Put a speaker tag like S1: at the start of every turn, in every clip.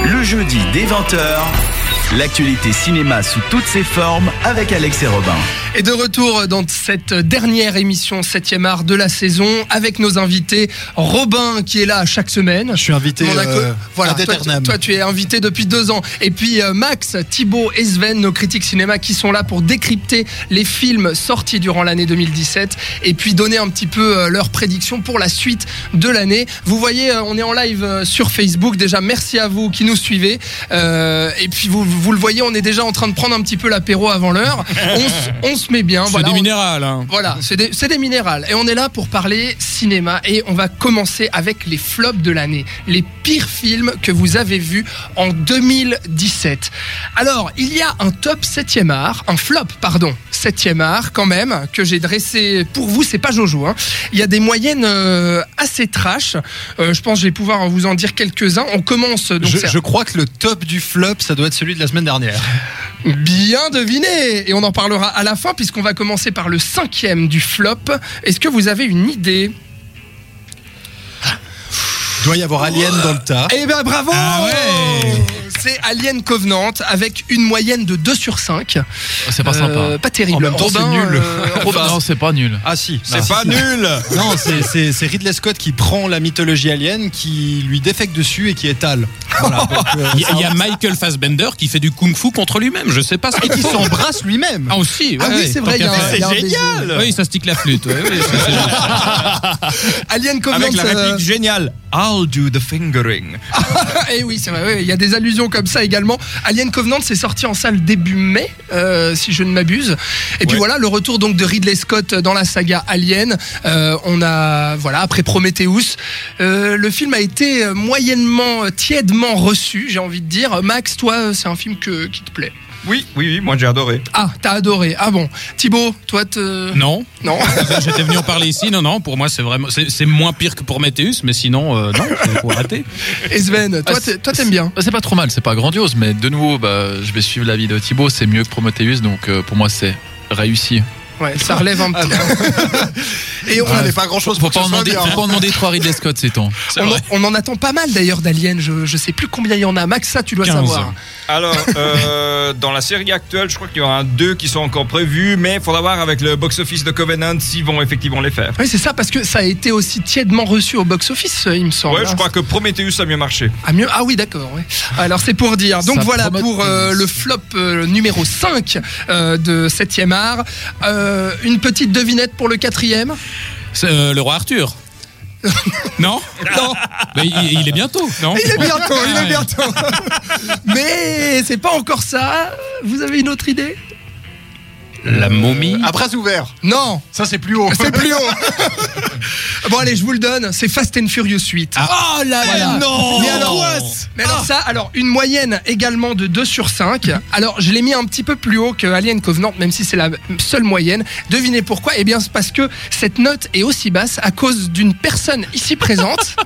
S1: Le jeudi dès 20h, l'actualité cinéma sous toutes ses formes avec Alex et Robin.
S2: Et de retour dans cette dernière émission 7e art de la saison avec nos invités Robin qui est là chaque semaine.
S3: Je suis invité.
S2: On a co-
S3: euh,
S2: voilà,
S3: ad
S2: toi,
S3: aeternam.
S2: toi, tu es invité depuis deux ans. Et puis euh, Max, Thibaut et Sven, nos critiques cinéma qui sont là pour décrypter les films sortis durant l'année 2017 et puis donner un petit peu euh, leurs prédictions pour la suite de l'année. Vous voyez, euh, on est en live euh, sur Facebook. Déjà, merci à vous qui nous suivez. Euh, et puis vous, vous le voyez, on est déjà en train de prendre un petit peu l'apéro avant l'heure. On, s- on se met bien.
S4: C'est
S2: voilà,
S4: du
S2: on-
S4: minéral. Hein.
S2: voilà, c'est des, c'est des minérales. Et on est là pour parler cinéma. Et on va commencer avec les flops de l'année. Les pires films que vous avez vus en 2017. Alors, il y a un top 7 art, un flop, pardon, 7 art quand même, que j'ai dressé pour vous. C'est pas Jojo. hein. Il y a des moyennes euh, assez trash. Euh, je pense que je vais pouvoir vous en dire quelques-uns. On commence donc.
S3: Je,
S2: c'est-
S3: je crois que le top du flop, ça doit être celui de la semaine dernière.
S2: Bien deviné Et on en parlera à la fin puisqu'on va commencer par le cinquième du flop. Est-ce que vous avez une idée
S3: Il doit y avoir Alien dans le tas.
S2: Eh ben bravo
S3: Ah ouais
S2: C'est Alien Covenant avec une moyenne de 2 sur 5.
S4: C'est pas
S2: Euh, pas terrible.
S3: En même temps, c'est
S2: Robin,
S3: nul.
S2: euh, Robin,
S4: non, c'est pas nul.
S3: Ah si,
S4: C'est pas
S3: nul Non, c'est- c'est c'est Ridley Scott qui prend la mythologie alien, qui lui défecte dessus et qui étale. Voilà. Donc, euh,
S4: Il y, a- il y a Michael Fassbender qui fait du kung-fu contre lui-même. Je sais pas ce
S3: et
S4: qu'il
S3: qui
S4: faut.
S3: s'embrasse lui-même.
S4: Oh. Ah aussi.
S2: Ah
S4: ouais,
S2: oui,
S4: ouais,
S2: c'est
S4: tant
S2: vrai, il y
S4: qu'à
S2: a un-
S4: faire.
S2: il y a un baiser.
S4: Oui, ça stick la flûte. ouais, oui, ça, c'est génial.
S2: Alien Covenant. euh,
S3: géniale.
S1: I'll do the fingering.
S2: Eh oui, c'est vrai, ouais, il y a des allusions comme ça également. Alien Covenant, c'est sorti en salle début mai, euh, si je ne m'abuse. Et puis
S3: Ouais.
S2: voilà, le retour donc de Ridley Scott dans la saga Alien. Euh, on a, voilà, après Prometheus, euh, le film a été euh, moyennement, euh, tièdement reçu, j'ai envie de dire. Max, toi, euh, c'est un film que, qui te plaît.
S1: Oui, oui, oui, moi j'ai adoré.
S2: Ah, t'as adoré. Ah bon. Thibaut, toi, te...
S4: Non,
S2: Non.
S4: j'étais venu en parler ici. Non, non, pour moi c'est vraiment, c'est c'est moins pire que pour Météus, mais sinon, euh, non, faut arrêter.
S2: Et Sven, toi,
S5: Ah,
S2: t'es-
S5: c'est-
S2: toi, t'aimes bien.
S5: Bah, C'est pas trop mal, c'est pas grandiose, mais de nouveau, bah, je vais suivre l'avis de Thibaut, c'est mieux que Prometheus, donc euh, pour moi c'est réussi.
S2: Ouais, ça relève un peu. Et on,
S3: On n'avait pas grand chose
S5: Faut
S3: pour
S5: pas en
S3: ce soit
S5: demander,
S3: bien.
S5: faut pas en demander trois Ridley Scott ces temps.
S2: on, en- on en attend pas mal d'ailleurs d'Alien. Je, je sais plus combien il y en a. Max, ça, tu dois
S4: 15.
S2: savoir.
S6: Alors, euh, dans la série actuelle, je crois qu'il y en a deux qui sont encore prévus, mais il faudra voir avec le box-office de Covenant s'ils vont effectivement les faire.
S2: Oui, c'est ça, parce que ça a été aussi tièdement reçu au box-office, il me semble.
S6: Ouais, je
S2: hein.
S6: crois que Prometheus a mieux marché.
S2: Ah, mieux ah oui, d'accord. ouais. Alors, c'est pour dire. Donc,
S5: Ça
S2: voilà
S5: promet
S2: pour euh,
S5: plus.
S2: le flop euh, numéro 5 euh, de 7e art. Euh, une petite devinette pour le quatrième.
S4: C'est, euh, le roi Arthur. non, non. Mais il, il est bientôt. Non.
S2: Il est bientôt, il
S4: Ah
S2: est
S4: ouais.
S2: bientôt. Mais c'est pas encore ça. Vous avez une autre idée
S4: La
S5: Euh,
S4: momie.
S5: Ah,
S3: À bras ouverts.
S2: Non,
S3: Ça, c'est plus haut.
S2: c'est plus haut. bon, allez, je vous le donne. C'est Fast and Furious 8.
S4: Oh là
S2: Voilà.
S4: non.
S2: Mais alors, mais alors ça, alors une moyenne également de 2 sur 5. Alors je l'ai mis un petit peu plus haut que Alien Covenant, même si c'est la seule moyenne. Devinez pourquoi Eh bien c'est parce que cette note est aussi basse à cause d'une personne ici présente.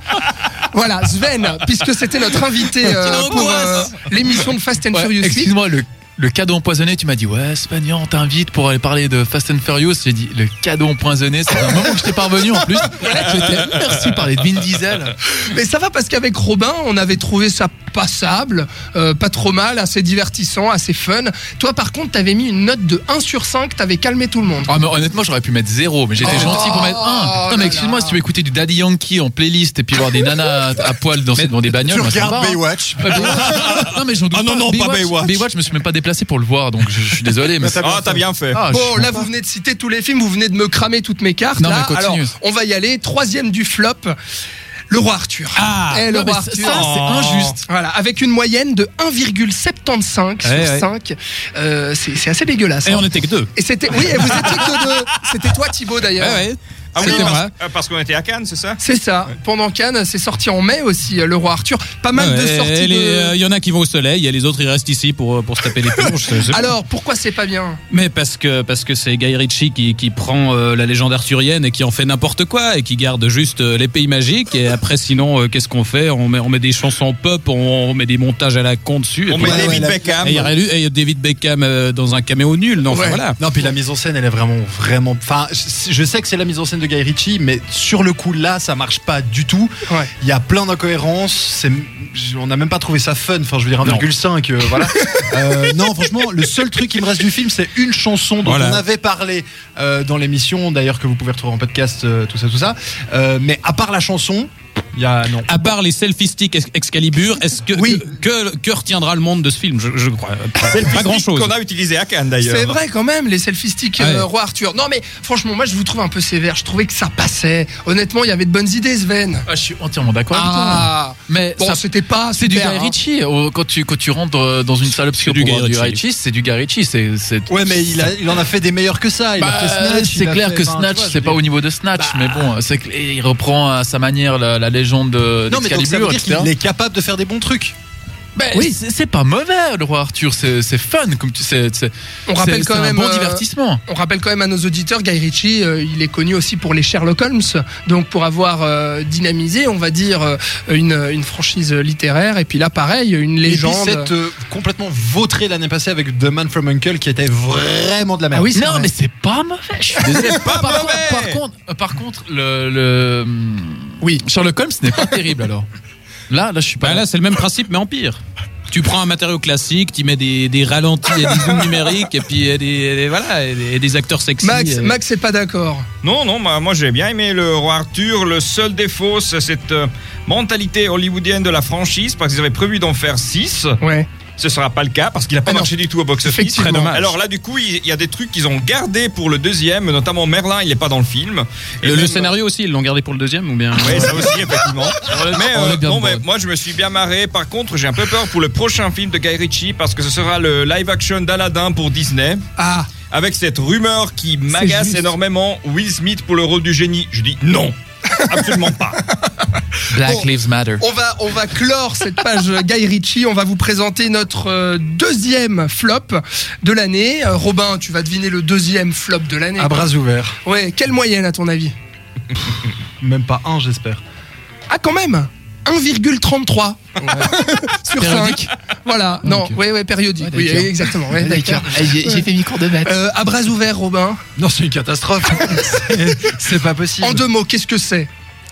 S2: voilà, Sven, puisque c'était notre invité euh, pour euh, l'émission de Fast and
S5: Ouais,
S2: Furious 8.
S5: Excuse-moi, le, le cadeau empoisonné, tu m'as dit, ouais, Spagnan, on t'invite pour aller parler de Fast and Furious. J'ai dit, le cadeau empoisonné, c'est un moment que je t'ai parvenu en plus. J'étais, merci de parler de Vin Diesel.
S2: Mais ça va parce qu'avec Robin, on avait trouvé ça passable, euh, pas trop mal, assez divertissant, assez fun. Toi, par contre, t'avais mis une note de 1 sur 5, t'avais calmé tout le monde.
S5: Ah, mais honnêtement, j'aurais pu mettre zéro, mais j'étais
S2: Oh,
S5: gentil pour mettre
S2: oh là
S5: un. Putain,
S2: là.
S5: mais excuse-moi, si tu veux écouter du Daddy Yankee en playlist et puis voir des nanas à, à poil danser devant des bagnoles,
S3: Tu
S5: moi, ça me va,
S3: regardes
S5: hein.
S3: Baywatch.
S5: Ouais, Baywatch. non mais j'en doute
S3: Ah non, non, pas Baywatch.
S5: Baywatch, je me suis même pas déplacé pour le voir, donc je, je suis désolé. Mais
S3: Mais t'as
S6: Ah, t'as bien fait.
S5: Ah, je
S2: Bon,
S5: suis
S2: là,
S5: content.
S2: vous venez de citer tous les films, vous venez de me cramer toutes mes cartes.
S5: Non,
S2: là.
S5: mais
S2: Alors,
S5: continue.
S2: on va y aller. Troisième du flop, le roi Arthur.
S4: Ah.
S2: Eh, le
S5: Non, mais
S2: roi
S5: ça,
S2: Arthur.
S5: ça, c'est injuste.
S2: Voilà, avec une moyenne de 1,75 sur
S4: Ouais, ouais.
S2: 5. Euh, c'est c'est assez dégueulasse.
S4: Et
S2: hein.
S4: on était que deux.
S2: Et c'était, oui, et vous étiez que deux. C'était toi, Thibaut, d'ailleurs.
S6: Ah oui,
S4: C'était
S6: parce,
S4: moi.
S6: euh, parce qu'on était à Cannes, c'est ça
S2: C'est ça. Pendant Cannes, c'est sorti en mai aussi, euh, le roi Arthur. Pas mal
S4: Ouais,
S2: de
S4: et
S2: sorties.
S4: les-
S2: de-
S4: euh, Il y en a qui vont au soleil, il y a les autres ils restent ici pour, euh, pour se taper les plonges. je sais pas.
S2: Alors, pourquoi c'est pas bien
S4: Mais parce que parce que c'est Guy Ritchie qui, qui prend euh, la légende arthurienne et qui en fait n'importe quoi et qui garde juste euh, les pays magiques et après sinon euh, qu'est-ce qu'on fait on met, on met des chansons pop, on, on met des montages à la con dessus. et
S6: On
S4: puis-
S6: met
S3: ouais,
S6: David
S3: la-
S6: Beckham.
S4: et il y a- et il y a David Beckham euh, dans un caméo nul, non enfin,
S2: Ouais.
S4: voilà.
S3: Non, puis la mise en scène, elle est vraiment, vraiment. Enfin, je je sais que c'est la mise en scène de de Guy Ritchie, mais sur le coup là, ça marche pas du tout.
S2: Ouais.
S3: Il y a plein d'incohérences. c'est- On n'a même pas trouvé ça fun. Enfin, je veux dire 1,5. euh, voilà. Euh, non, franchement, le seul truc qui me reste du film, c'est une chanson dont
S4: Voilà.
S3: on avait parlé euh, dans l'émission, d'ailleurs que vous pouvez retrouver en podcast, euh, tout ça, tout ça. Euh, mais à part la chanson, il y a non.
S4: À part les selfie sticks Ex- Excalibur, est-ce que,
S3: Oui.
S4: que, que retiendra le monde de ce film je, je crois. Pas,
S6: Selfie
S4: pas
S6: stick
S4: grand-chose.
S6: Qu'on a utilisé à Cannes d'ailleurs.
S2: C'est vrai quand même, les selfies sticks euh,
S4: Ouais.
S2: Roi Arthur. Non mais franchement, moi je vous trouve un peu sévère. Je trouvais que ça passait. Honnêtement, il y avait de bonnes idées, Sven.
S5: Ah, je suis entièrement d'accord avec toi.
S2: Ah,
S5: Mais
S2: bon,
S5: ça-
S2: c'était pas.
S5: c'est du Guy
S2: super, hein.
S5: Ritchie. Oh, Quand tu, quand tu rentres euh, dans une salle obscure
S4: du
S5: pour
S4: Guy
S5: voir du Guy
S4: Ritchie.
S5: Ritchie, c'est du Guy Ritchie. c'est- c'est-
S3: Ouais, mais il, a- il en a fait des meilleurs que ça. Il a
S5: Bah,
S3: fait Snatch,
S5: c'est
S3: il a
S5: clair
S3: fait-
S5: que
S3: enfin, tu
S5: Snatch,
S3: vois,
S5: c'est pas au niveau de Snatch, mais bon, c'est que- et il reprend à sa manière la, la légende de
S3: Non, mais donc, ça veut
S5: d'Excalibur,
S3: dire
S5: etc.
S3: qu'il est capable de faire des bons trucs.
S2: Ben,
S5: Oui, c'est c'est pas mauvais, le roi Arthur. C'est c'est fun, comme tu sais. C'est
S2: On rappelle
S5: c'est-
S2: quand
S5: c'est
S2: même,
S5: un bon
S2: euh,
S5: divertissement.
S2: On rappelle quand même à nos auditeurs, Guy Ritchie, euh, il est connu aussi pour les Sherlock Holmes, donc pour avoir euh, dynamisé, on va dire, euh, une, une franchise littéraire, et puis là, pareil, une
S3: Et puis
S2: légende.
S3: cette, euh, complètement vautré l'année passée avec The Man from Uncle qui était vraiment de la merde.
S2: Ah oui, c'est
S5: Non,
S2: vrai.
S5: mais c'est pas mauvais. Je suis désolé.
S6: pas
S5: par,
S6: mauvais.
S5: Contre, par contre, euh, par contre, le, le-
S2: Oui.
S5: Sherlock Holmes n'est pas terrible alors. Là, là, je suis pas.
S4: Bah là, c'est le même principe, mais en pire. Tu prends un matériau classique, tu mets des, des ralentis et des zooms numériques, et puis et des, et des- voilà, et des, et des acteurs sexy.
S2: Max,
S4: euh.
S2: Max est pas d'accord.
S6: Non, non, bah, moi j'ai bien aimé le roi Arthur. Le seul défaut, c'est cette euh, mentalité hollywoodienne de la franchise, parce qu'ils avaient prévu d'en faire 6.
S2: Ouais.
S6: Ce sera pas le cas, parce qu'il a pas
S2: Ah non.
S6: marché du tout au box-office.
S2: Effectivement. Très dommage.
S6: Alors là, du coup, il il y a des trucs qu'ils ont gardés pour le deuxième, notamment Merlin, il est pas dans le film. Et
S4: Le, le
S6: même-
S4: scénario aussi, ils l'ont gardé pour le deuxième ou bien Ah,
S6: Oui, ça aussi, effectivement. Mais
S5: on
S6: euh,
S5: est bien
S6: non,
S5: dedans.
S6: mais moi je me suis bien marré. Par contre, j'ai un peu peur pour le prochain film de Guy Ritchie parce que ce sera le live action d'Aladdin pour Disney.
S2: Ah,
S6: Avec cette rumeur qui m'agace
S2: juste.
S6: énormément, Will Smith pour le rôle du génie. Je dis non, absolument pas.
S5: Black
S2: Bon.
S5: Lives Matter.
S2: on va, on va clore cette page Guy Ritchie. On va vous présenter notre euh, deuxième flop de l'année. Euh, Robin, tu vas deviner le deuxième flop de l'année.
S3: À bras ouverts.
S2: Ouais, quelle moyenne à ton avis
S3: Même pas un, j'espère.
S2: Ah, quand même 1,33 sur 5. Voilà, non,
S5: Ok.
S2: ouais, ouais, périodique.
S5: Ouais,
S2: oui,
S5: d'accord.
S2: exactement. ouais, d'accord.
S5: J'ai
S2: j'ai
S5: fait mes cours de maths.
S2: Euh, à bras ouverts, Robin.
S3: Non, c'est une catastrophe. C'est- c'est pas possible.
S2: En deux mots, qu'est-ce que c'est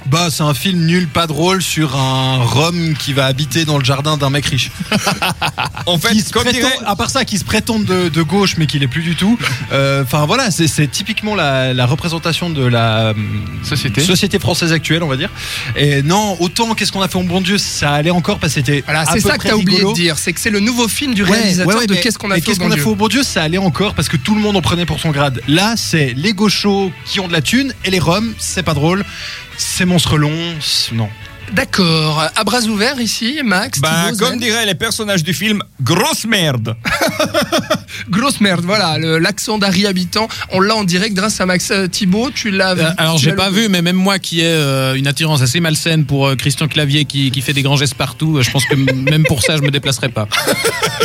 S3: Bah, c'est un film nul, pas drôle sur un Rome qui va habiter dans le jardin d'un mec riche.
S6: En fait,
S3: Qui se
S6: comme
S3: prétend-
S6: dirait,
S3: à part ça, qui se prétend de, de gauche, mais qui l'est plus du tout. Euh, Enfin, voilà, c'est- c'est typiquement la, la représentation de la hum,
S5: Société.
S3: société française actuelle, on va dire. Et non, autant qu'est-ce qu'on a fait, mon bon Dieu, ça allait encore parce que c'était.
S2: Voilà,
S3: à
S2: c'est
S3: peu
S2: ça que
S3: près
S2: t'as oublié de
S3: rigolo.
S2: dire. C'est que c'est le nouveau film du
S3: Ouais,
S2: réalisateur
S3: ouais, ouais,
S2: de
S3: mais-
S2: Qu'est-ce qu'on a
S3: mais
S2: fait au
S3: Qu'est-ce
S2: bon
S3: qu'on a
S2: Dieu.
S3: fait au bon Dieu Ça allait encore parce que tout le monde en prenait pour son grade. Là, c'est les gauchos qui ont de la thune et les roms, c'est pas drôle. C'est monstre long, c'est- non.
S2: D'accord. À bras ouverts ici, Max.
S6: bah,
S2: Thibaut,
S6: comme
S2: Zen.
S6: diraient les personnages du film, grosse merde.
S2: Grosse merde, voilà. le- L'accent d'Harry Habitant, on l'a en direct grâce à Max Euh, Thibaut. Tu l'as vu
S4: Euh, alors
S2: tu
S4: j'ai
S2: l'as
S4: pas vu, mais même moi qui ai euh, une attirance assez malsaine pour euh, Christian Clavier qui, qui fait des grands gestes partout, euh, je pense que m- même pour ça je me déplacerai pas.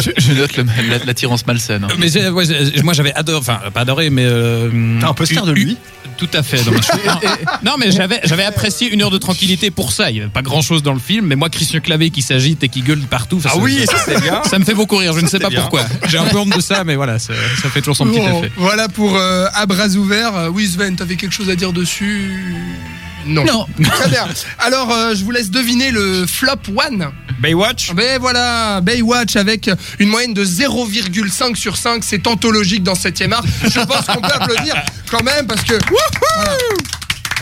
S5: Je, je note le- la- l'attirance malsaine. hein.
S4: Mais j'ai- ouais, j'ai- moi j'avais adoré, enfin pas adoré, mais euh,
S3: T'as un poster
S4: eu-
S3: de
S4: eu-
S3: lui
S4: Tout à fait. Non, mais je- non, mais j'avais j'avais apprécié une heure de tranquillité pour ça. Il y avait pas grand chose dans le film, mais moi Christian Clavier qui s'agite et qui gueule partout. ça,
S6: Ah
S4: ça-
S6: oui,
S4: ça,
S6: ça c'est bien.
S4: ça me fait beaucoup rire. Je ne sais
S6: C'était
S4: pas
S6: bien.
S4: pourquoi. J'ai un peu honte de ça, mais voilà, ça, ça fait toujours son petit
S2: Bon,
S4: effet.
S2: Oh, Voilà pour euh, à bras ouverts. Euh, Oui, Sven, t'avais quelque chose à dire dessus Non.
S4: Non.
S2: Très bien. Alors, euh, je vous laisse deviner le flop one.
S6: Baywatch,
S2: Ben voilà, Baywatch avec une moyenne de 0,5 sur 5. C'est anthologique dans 7 art. Je pense qu'on peut applaudir quand même parce que. Voilà.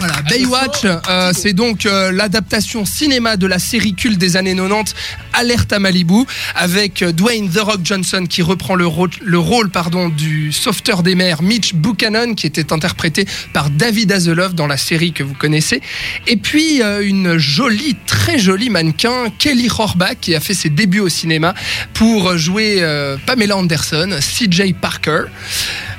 S2: Voilà, Baywatch, euh, c'est donc euh, l'adaptation cinéma de la série culte des années 90, Alerte à Malibu, avec euh, Dwayne The Rock Johnson qui reprend le, ro- le rôle pardon, du sauveteur des mers Mitch Buchanan, qui était interprété par David Hasselhoff dans la série que vous connaissez. Et puis euh, une jolie, très jolie mannequin, Kelly Horbach, qui a fait ses débuts au cinéma pour jouer euh, Pamela Anderson, CJ Parker.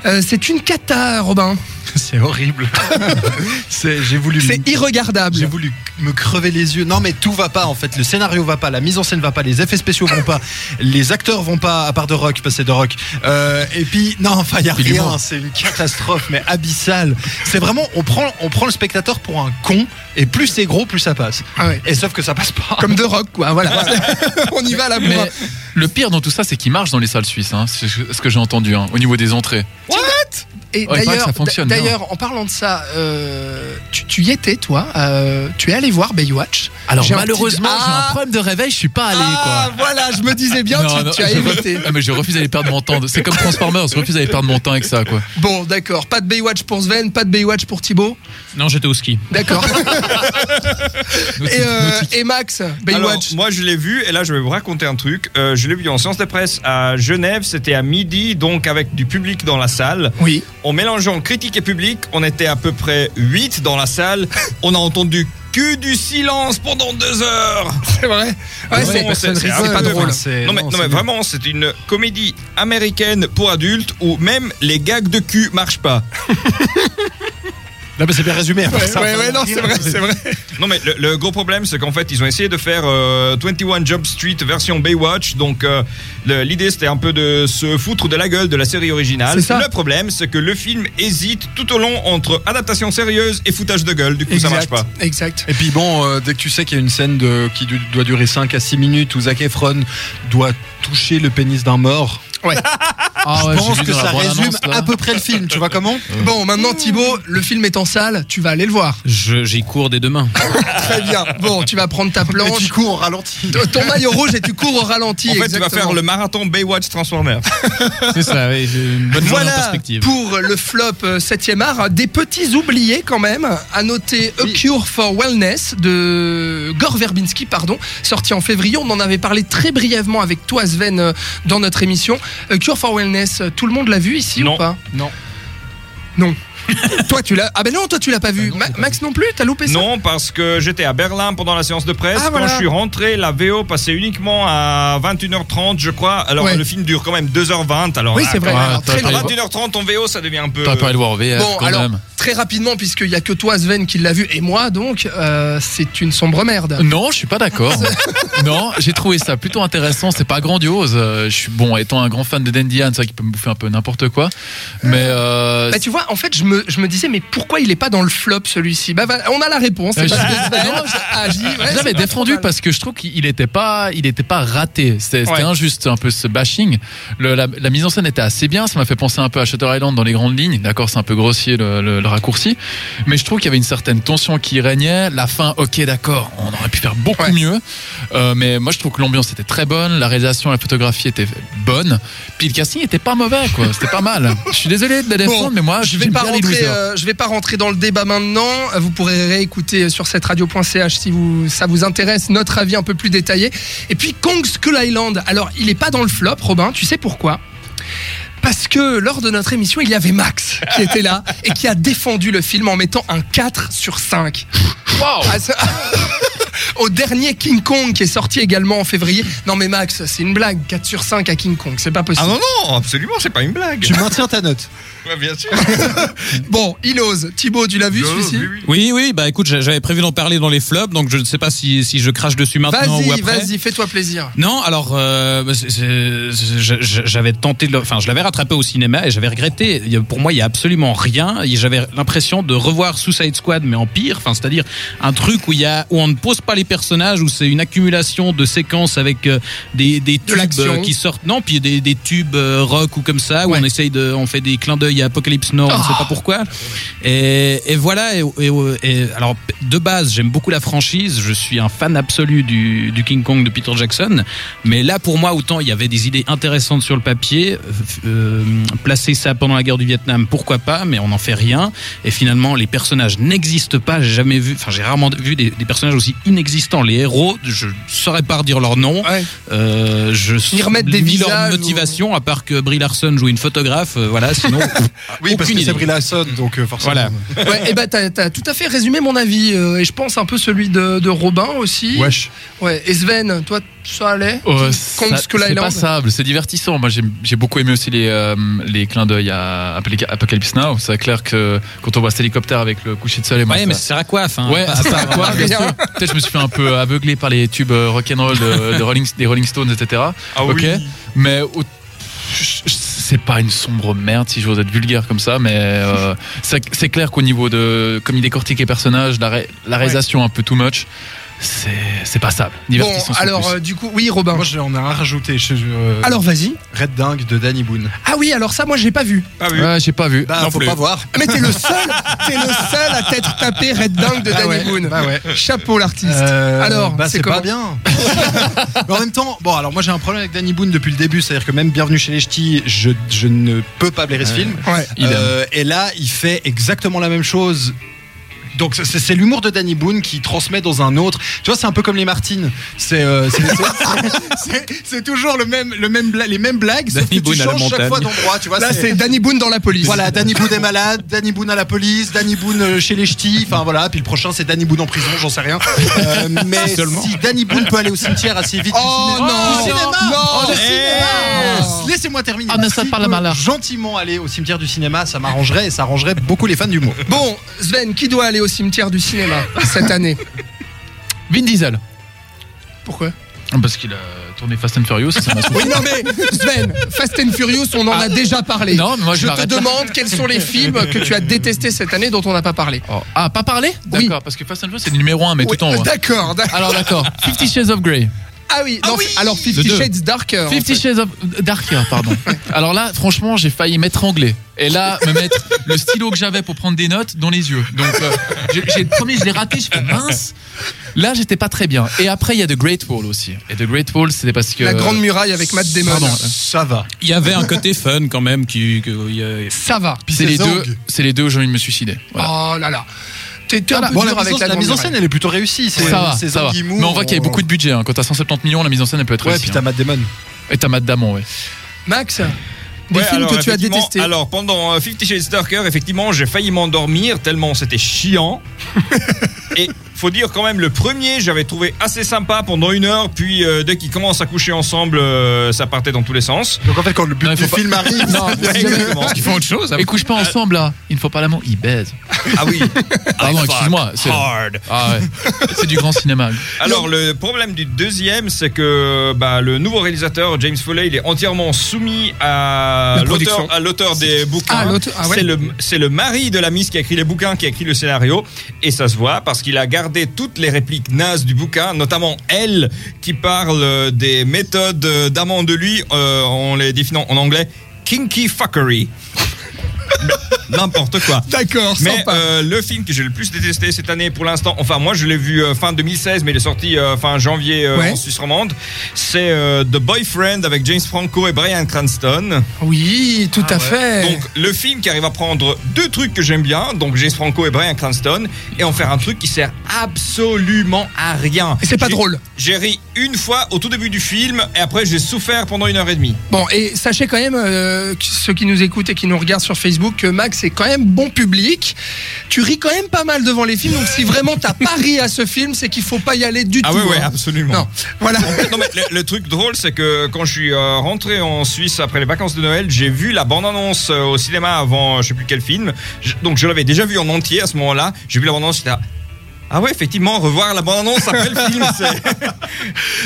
S2: Euh, c'est une cata, Robin.
S3: C'est horrible. C'est- J'ai voulu.
S2: C'est irregardable.
S3: J'ai voulu me crever les yeux. Non, mais tout va pas en fait. Le scénario va pas, la mise en scène va pas, les effets spéciaux vont pas, les acteurs vont pas, à part de Rock, parce que c'est de Rock. Euh, et puis, non, enfin, il y a
S5: Puis
S3: rien.
S5: l'humour.
S3: C'est une catastrophe, mais abyssale. C'est vraiment, on prend, on prend le spectateur pour un con, et plus c'est gros, plus ça passe.
S2: Ah ouais.
S3: Et sauf que ça passe pas.
S2: Comme de rock, quoi. Voilà. On y va là
S5: Mais
S2: pour.
S5: le pire dans tout ça, c'est qu'il marche dans les salles suisses. hein. C'est ce que j'ai entendu hein, au niveau des entrées.
S2: Et
S5: Ouais, il paraît que
S2: d'ailleurs,
S5: ça fonctionne bien.
S2: d'ailleurs, en parlant de ça, euh, tu, tu y étais, toi euh, Tu es allé voir Baywatch
S5: Alors
S2: J'ai un
S5: malheureusement,
S2: petit-
S5: j'ai un
S2: Ah
S5: problème de réveil, je suis pas allé
S2: Ah,
S5: quoi.
S2: voilà, je me disais bien,
S5: Non,
S2: tu,
S5: non,
S2: tu as
S5: je-
S2: évité.
S5: Ah, mais je refuse d'aller perdre mon temps. C'est comme Transformers, je refuse d'aller perdre mon temps avec ça quoi.
S2: Bon, d'accord. Pas de Baywatch pour Sven, pas de Baywatch pour Thibaut.
S4: Non, j'étais au ski.
S2: D'accord. et, euh, et Max,
S6: Alors,
S2: Baywatch.
S6: moi je l'ai vu et là je vais vous raconter un truc. Euh, je l'ai vu en séance de presse à Genève, c'était à midi, donc avec du public dans la salle.
S2: oui.
S6: En mélangeant critique et public, on était à peu près 8 dans la salle. On a entendu que du silence pendant deux heures.
S2: C'est vrai. Ah Ouais, c'est-
S6: Bon,
S2: c'est
S6: c'est un
S2: c'est pas
S6: peu-
S2: drôle.
S6: Non mais, non, mais vraiment, c'est une comédie américaine pour adultes où même les gags de cul marchent pas.
S3: Non, mais c'est bien résumé. à part
S2: Ouais,
S3: ça.
S2: ouais, ouais, non, c'est vrai, c'est vrai.
S6: Non mais le, le gros problème c'est qu'en fait ils ont essayé de faire euh, 21 Jump Street version Baywatch donc euh, le- l'idée c'était un peu de se foutre de la gueule de la série originale.
S2: C'est ça.
S6: Le problème c'est que le film hésite tout au long entre adaptation sérieuse et foutage de gueule du coup ça marche
S2: Exact.
S6: pas.
S2: Exact.
S3: Et puis bon, euh, dès que tu sais qu'il y a une scène de, qui du- doit durer 5 à 6 minutes où Zac Efron doit toucher le pénis d'un mort,
S5: Ah ouais,
S3: je
S5: j'ai
S3: pense
S5: vu
S3: que
S5: dans la
S3: ça
S5: bande-annonce,
S3: résume
S5: là.
S3: à peu près le film. Tu vois comment
S2: Bon, maintenant Thibaut, le film est en salle, tu vas aller le voir.
S4: Je- J'y cours dès demain.
S2: Très bien. Bon, tu vas prendre ta planche.
S3: cours au ralenti.
S2: T- Ton maillot rouge et tu cours au ralenti.
S6: En fait tu vas
S2: exactement.
S6: faire le marathon Baywatch Transformers.
S5: C'est ça, oui. j'ai une bonne journée en
S2: Voilà
S5: perspective.
S2: pour le flop 7ème art. Des petits oubliés quand même. À noter A Cure for Wellness de Gore Verbinski, pardon, sorti en février. On en avait parlé très brièvement avec toi, Sven, euh, dans notre émission. A Cure for Wellness, euh, tout le monde l'a vu ici
S6: Non.
S2: ou pas
S5: Non.
S2: Non. toi, tu l'as. Ah ben non, toi, tu l'as pas vu.
S5: non,
S2: Ma-
S5: j'ai pas
S2: Max non plus T'as loupé ça
S6: non parce que j'étais à Berlin pendant la séance de presse.
S2: Ah,
S6: Quand
S2: voilà.
S6: je suis rentré la VO passait uniquement à 21h30 je crois. Alors
S2: Ouais.
S6: le film dure quand même 2h20 alors
S2: Oui,
S6: à-
S2: c'est vrai.
S5: Ah,
S2: Alors,
S5: t'as
S2: très
S5: pas
S6: À
S5: eu-
S2: loin.
S6: 21h30 en VO ça devient un peu...
S5: T'aurais pu aller voir en VF
S2: Bon,
S5: quand
S2: alors,
S5: même.
S2: très rapidement, puisqu'il n'y a que toi, Sven, qui l'a vu, et moi, donc, euh, c'est une sombre merde.
S5: Non, je suis pas d'accord. non, j'ai trouvé ça plutôt intéressant. C'est pas grandiose. Euh, Je suis bon, étant un grand fan de Dandy Han, c'est vrai qu'il peut me bouffer un peu n'importe quoi. Mais euh,
S2: Bah, tu vois, en fait, je me, je me disais, mais pourquoi il est pas dans le flop celui-ci Bah, voilà, on a la réponse.
S5: Euh,
S2: c'est parce
S5: je- ah,
S2: que Sven a agi, ouais,
S5: Je
S2: c'est
S5: l'avais
S2: pas
S5: défendu
S2: trop mal.
S5: parce que je trouve qu'il était pas, il était pas raté. C'était c'était
S6: Ouais.
S5: injuste un peu ce bashing. Le- la, la mise en scène était assez bien. Ça m'a fait penser un peu à Shutter Island dans les grandes lignes. D'accord, c'est un peu grossier le, le- le raccourci, mais je trouve qu'il y avait une certaine tension qui régnait. La fin, ok, d'accord, on aurait pu faire beaucoup
S2: Ouais.
S5: mieux, Euh, mais moi je trouve que l'ambiance était très bonne, la réalisation, la photographie était bonne, puis le casting était pas mauvais, quoi. C'était pas mal. Je suis désolé de la défendre, mais moi
S2: Ah, Je
S5: je
S2: vais pas
S5: bien les
S2: rentrer,
S5: losers.
S2: euh, je vais pas rentrer dans le débat maintenant. Euh, Vous pourrez réécouter euh, sur cette radio.ch si vous, ça vous intéresse notre avis un peu plus détaillé. Et puis Kong Skull Island. Alors, il est pas dans le flop, Robin. Tu sais pourquoi Parce que lors de notre émission, il y avait Max qui était là et qui a défendu le film en mettant un 4 sur 5. Ah, ça- Au dernier King Kong qui est sorti également en février. Non mais Max, c'est une blague. 4 sur 5 à King Kong, c'est pas possible.
S6: Ah non non absolument c'est pas une blague.
S3: Tu maintiens ta note.
S6: Ouais, bien sûr.
S2: bon, il ose. Thibaut, tu l'as vu celui-ci
S4: Ah Oui, oui, bah écoute, j'a- j'avais prévu d'en parler dans les flops, donc je ne sais pas si, si je crache dessus maintenant ou
S2: Vas-y,
S4: après.
S2: vas-y, fais-toi plaisir.
S4: Non, alors euh, bah, c'est- c'est- c'est- je- je- j'avais tenté, de le- enfin je l'avais rattrapé au cinéma et j'avais regretté. Il y a- Pour moi, il y a absolument rien. Et J'avais l'impression de revoir Suicide Squad mais en pire. Enfin, c'est-à-dire un truc où il y a où on ne pose pas les personnages, où c'est une accumulation de séquences avec euh, des, des tubes
S2: l'action.
S4: euh, qui sortent. Non, puis des, des tubes euh, rock ou comme ça où
S2: Ouais.
S4: on essaye de, on fait des clins d'œil à Apocalypse Now, on ne
S2: Ah.
S4: sait pas pourquoi. Et, et voilà. Et, et- et- alors de base, j'aime beaucoup la franchise. Je suis un fan absolu du, du King Kong de Peter Jackson. Mais là, pour moi, autant il y avait des idées intéressantes sur le papier. euh, euh, placer ça pendant la guerre du Vietnam, pourquoi pas Mais on n'en fait rien. Et finalement, les personnages n'existent pas. J'ai jamais vu. Enfin, j'ai rarement vu des, des personnages aussi inexistants. Les héros, je ne saurais pas redire leur nom.
S2: Ouais.
S4: Euh, je
S2: Ils remettent des
S4: ni
S2: visages
S4: leur
S2: ou-
S4: motivation, à part que Brie Larson joue une photographe. euh, voilà. Sinon,
S3: Ah, Oui, parce
S4: aucune
S3: que
S4: idée.
S3: c'est Brie Larson, donc euh, forcément.
S4: Voilà.
S2: et bah, t'as, t'as tout à fait résumé mon avis. euh, et je pense un peu celui de, de Robin aussi.
S3: Wesh.
S2: Ouais. Et Sven, toi, ça allait
S5: Euh,
S2: Kong
S5: ça-
S2: Skull
S5: C'est
S2: Island.
S5: passable, c'est divertissant. Moi, j'ai j'ai beaucoup aimé aussi les, euh, les clins d'œil à Apel- Apocalypse Now. C'est clair que quand on voit cet hélicoptère avec le coucher de soleil, moi,
S4: Ouais,
S5: ça-
S4: mais ça sert à quoi enfin,
S5: Ouais,
S4: pas-
S5: ça
S4: pas-
S5: à quoi bien sûr. Peut-être je me suis fait un peu aveuglé par les tubes euh, rock'n'roll de, de Rolling, des Rolling Stones, etc.
S6: Ah
S5: ok,
S6: oui.
S5: mais au- je- je- c'est pas une sombre merde si j'ose être vulgaire comme ça, mais euh, c'est c'est clair qu'au niveau de comme il décortique les personnages, la, ré- la réalisation un peu too much. c'est c'est passable.
S2: Bon,
S5: Divertissons
S2: alors euh, du coup, oui, Robin.
S3: Moi, j'en ai un rajouté. Je, je-
S2: Alors vas-y.
S3: euh, Red Dingue de Danny Boone.
S2: Ah oui, alors ça, moi, j'ai pas vu. Ah,
S6: Pas vu.
S5: Ouais, j'ai pas vu.
S3: Bah,
S6: Non
S3: faut
S6: plus.
S3: pas voir.
S2: Mais t'es le seul, t'es le seul à t'être tapé Red Dingue de
S3: Ah
S2: Danny
S3: ouais,
S2: Boone.
S3: bah ouais.
S2: Chapeau l'artiste.
S3: Euh,
S2: alors,
S3: bah,
S2: c'est
S3: c'est
S2: comment
S3: pas bien. Mais en même temps, bon, alors moi j'ai un problème avec Danny Boone depuis le début, c'est-à-dire que même Bienvenue chez les Ch'tis, je, je ne peux pas blairer ce film.
S2: Ouais.
S3: Euh, et là, il fait exactement la même chose. Donc c'est- c'est l'humour de Danny Boone qui transmet dans un autre. Tu vois, c'est un peu comme les Martines. C'est euh, c'est- c'est- c'est- c'est toujours le même, le même bla- les mêmes blagues, sauf que tu
S4: Danny Boone à la
S3: changes chaque
S4: montagne.
S3: fois d'endroit. Tu vois,
S2: Là, c'est Danny Boone dans la police.
S3: voilà, Danny Boone est malade, Danny Boone à la police, Danny Boone euh, chez les ch'tis, enfin voilà, puis le prochain c'est Danny Boone en prison, j'en sais rien. Euh, mais
S4: Seulement.
S3: si Danny Boone peut aller au cimetière assez vite.
S2: Oh,
S3: du cinéma-
S2: non.
S3: du cinéma
S2: Non.
S3: Du cinéma.
S2: Oh.
S3: Laissez-moi terminer.
S5: Ah, mais ça
S3: S'il
S5: parle à
S3: peut
S5: malheur.
S3: Gentiment aller au cimetière du cinéma, ça m'arrangerait et ça arrangerait beaucoup les fans du mot.
S2: Bon, Sven, qui doit aller au cimetière du cinéma cette année
S5: Vin Diesel.
S2: Pourquoi
S5: Parce qu'il a tourné Fast and Furious. et ça m'a saoulé.
S2: Oui, non, mais Sven, Fast and Furious, on en a déjà parlé.
S5: Ah. Non, mais moi, je
S2: te
S5: m'arrête là.
S2: demande quels sont les films que tu as détestés cette année dont on n'a pas parlé.
S5: Oh, Ah, pas parlé
S2: Oui.
S5: D'accord, parce que Fast and Furious c'est le numéro 1, mais
S2: Oui,
S5: tout en haut. hein.
S2: D'accord, d'accord.
S5: Alors d'accord, Fifty Shades of Grey.
S2: Ah oui, non, alors
S5: Le
S2: Fifty
S5: deux.
S2: Shades euh, Darker. en
S5: Fifty
S2: fait.
S5: Shades of Darker, pardon. Alors là, franchement, j'ai failli m'étrangler. Et là, me mettre le stylo que j'avais pour prendre des notes dans les yeux. Donc, euh, j'ai j'ai- le premier, je l'ai raté, je fais mince. Là, j'étais pas très bien. Et après, il y a The Great Wall aussi. Et The Great Wall, c'était parce que.
S2: La Grande Muraille avec Matt Damon.
S5: euh, Pardon.
S3: Ça va.
S4: Il y avait un côté fun quand même qui. que- il y a-
S2: Ça va.
S5: C'est les
S3: C'est
S5: deux,
S3: Zong.
S5: c'est les deux où j'ai envie de me suicider. Voilà.
S2: Oh là là. T'es t'es un peu
S3: Ah Bon, la
S2: dur
S3: mise,
S2: avec
S3: en,
S2: la,
S3: la
S2: Grande
S3: mise en
S2: Muraille.
S3: scène, elle est plutôt réussie. C'est
S5: ça va,
S3: c'est
S5: ça va.
S3: Zanguimou,
S5: Mais on voit qu'il y a
S3: on-
S5: beaucoup de budget. hein. Quand t'as 170 millions, la mise en scène, elle peut être
S3: Ouais,
S5: réussie,
S3: euh, puis t'as
S5: hein.
S3: Matt Damon.
S5: Et t'as Matt Damon, ouais.
S2: Max, des
S6: Ouais,
S2: films
S6: alors,
S2: que tu as
S6: effectivement,
S2: détestés.
S6: Alors, pendant euh, Fifty Shades Darker, effectivement, j'ai failli m'endormir tellement c'était chiant. Et faut dire quand même, le premier, j'avais trouvé assez sympa pendant une heure, puis euh, dès qu'ils commencent à coucher ensemble, euh, ça partait dans tous les sens.
S3: Donc en fait, quand le but
S5: Non, il
S3: du
S5: faut pas-
S3: film arrive,
S5: Non,
S3: ça devient-
S6: Exactement.
S4: Ils font autre chose.
S5: Ils couchent pas ensemble là. Il ne faut pas l'amour, ils baisent.
S6: Ah oui.
S5: Pardon,
S6: I fuck
S5: excuse-moi, c'est-
S6: Hard.
S5: Ah ouais. C'est du grand cinéma.
S6: Alors le problème du deuxième, c'est que bah, le nouveau réalisateur James Foley, il est entièrement soumis à
S2: La production.
S6: l'auteur, à l'auteur des bouquins.
S2: Ah, l'auteur- ah ouais.
S6: c'est, le, c'est le mari de la Miss qui a écrit les bouquins, qui a écrit le scénario, et ça se voit parce qu'il a gardé toutes les répliques nazes du bouquin, notamment elle qui parle euh, des méthodes euh, d'amant de lui euh, en les définant en anglais kinky fuckery. N'importe quoi.
S2: D'accord,
S6: Mais
S2: sympa.
S6: euh, le film que j'ai le plus détesté cette année pour l'instant, enfin moi je l'ai vu euh, fin 2016 mais il est sorti euh, fin janvier euh,
S2: Ouais.
S6: en Suisse romande, c'est euh, The Boyfriend avec James Franco et Brian Cranston.
S2: Oui, tout à fait.
S6: Donc le film qui arrive à prendre deux trucs que j'aime bien, donc James Franco et Brian Cranston, et en faire un truc qui sert absolument à rien.
S2: Et c'est pas
S6: J'ai-
S2: drôle.
S6: J'ai ri une fois au tout début du film et après j'ai souffert pendant une heure et demie.
S2: Bon, et sachez quand même, euh, que ceux qui nous écoutent et qui nous regardent sur Facebook, que Max est quand même bon public. Tu ris quand même pas mal devant les films, donc si vraiment t'as pas ri à ce film, c'est qu'il faut pas y aller du
S6: Ah
S2: tout.
S6: ouais, ouais,
S2: hein.
S6: absolument.
S2: Non, voilà.
S6: En fait, non, mais le, le truc drôle, c'est que quand je suis euh, rentré en Suisse après les vacances de Noël, j'ai vu la bande-annonce euh, au cinéma avant euh, je sais plus quel film. Je- donc je l'avais déjà vu en entier à ce moment-là. J'ai vu la bande-annonce, j'étais là, Ah ouais, effectivement, revoir la bande-annonce après le film,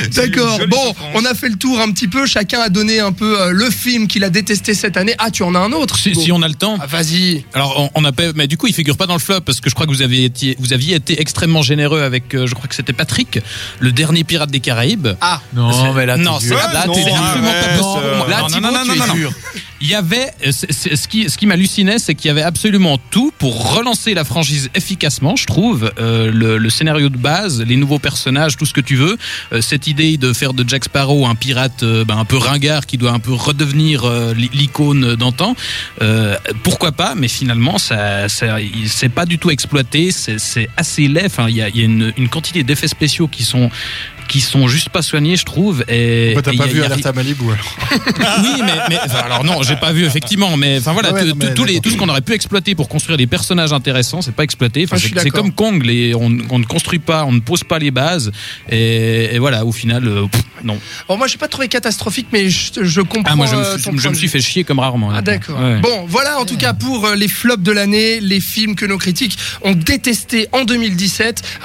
S6: c'est- c'est.
S2: D'accord. Bon, on a fait le tour un petit peu. Chacun a donné un peu euh, le film qu'il a détesté cette année. Ah, tu en as un autre
S4: Si,
S2: Thibaut
S4: si on a le temps.
S2: Ah, Vas-y.
S4: Alors on, on a pas- mais du coup il figure pas dans le flop parce que je crois que vous aviez été, vous aviez été extrêmement généreux avec, euh, je crois que c'était Patrick, le dernier pirate des Caraïbes.
S2: Ah.
S5: Non, mais là,
S4: non,
S5: t'es
S4: c'est
S5: dur.
S6: Ah,
S4: là,
S6: non,
S4: t'es
S6: arrête,
S4: absolument pas possible.
S6: euh,
S4: Là,
S6: non,
S4: Thibaut,
S6: non, non,
S4: tu
S6: non,
S4: es
S6: non.
S4: dur. Il y avait, euh, c'est- c'est- ce qui, ce qui m'hallucinait, c'est qu'il y avait absolument tout pour relancer la franchise efficacement, je trouve. Euh, le, le scénario de base, les nouveaux personnages, tout ce que tu veux. Euh, cette idée de faire de Jack Sparrow un pirate euh, ben, un peu ringard qui doit un peu redevenir euh, l'i- l'icône d'antan. Euh, pourquoi pas Mais finalement, ça, ça il- c'est pas du tout exploité. C'est c'est assez laid. Enfin, il y a, il y a une, une quantité d'effets spéciaux qui sont qui sont juste pas soignés, je trouve. Et
S3: Bah, t'as
S4: et
S3: pas
S4: il y a-
S3: vu
S4: il y a-
S3: Alerte à Malibu alors.
S4: oui, mais, mais- enfin, alors non, j'ai pas vu effectivement, mais enfin voilà,
S3: Ah ouais,
S4: tout-
S3: non, mais
S4: tout- tous les-
S3: d'accord.
S4: tout ce qu'on aurait pu exploiter pour construire des personnages intéressants, c'est pas exploité. Enfin,
S2: Ah, je
S4: c'est-
S2: suis
S4: c'est
S2: d'accord.
S4: comme Kong, les, on, on ne construit pas, on ne pose pas les bases, et, et voilà, au final, euh, pff, non.
S2: Bon, moi, j'ai pas trouvé catastrophique, mais je, je comprends.
S4: Ah, moi, je me,
S2: euh,
S4: suis-
S2: ton
S4: je
S2: point
S4: me
S2: de
S4: suis
S2: vue.
S4: fait chier comme rarement.
S2: Ah
S4: honnêtement.
S2: d'accord.
S4: Ouais.
S2: Bon, voilà en tout cas pour euh, les flops de l'année, les films que nos critiques ont détestés en 2017.